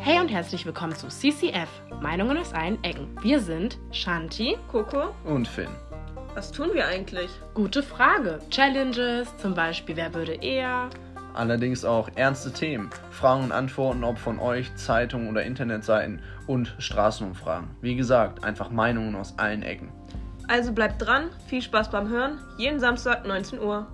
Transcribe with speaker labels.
Speaker 1: Hey und herzlich willkommen zu CCF, Meinungen aus allen Ecken. Wir sind Shanti.
Speaker 2: Coco,
Speaker 3: Und Finn.
Speaker 2: was tun wir eigentlich?
Speaker 1: Gute Frage. Challenges, zum Beispiel, wer würde eher?
Speaker 3: Allerdings auch ernste Themen, Fragen und Antworten, ob von euch, Zeitungen oder Internetseiten und Straßenumfragen. Wie gesagt, einfach Meinungen aus allen Ecken.
Speaker 2: Also bleibt dran, viel Spaß beim Hören, jeden Samstag 19 Uhr.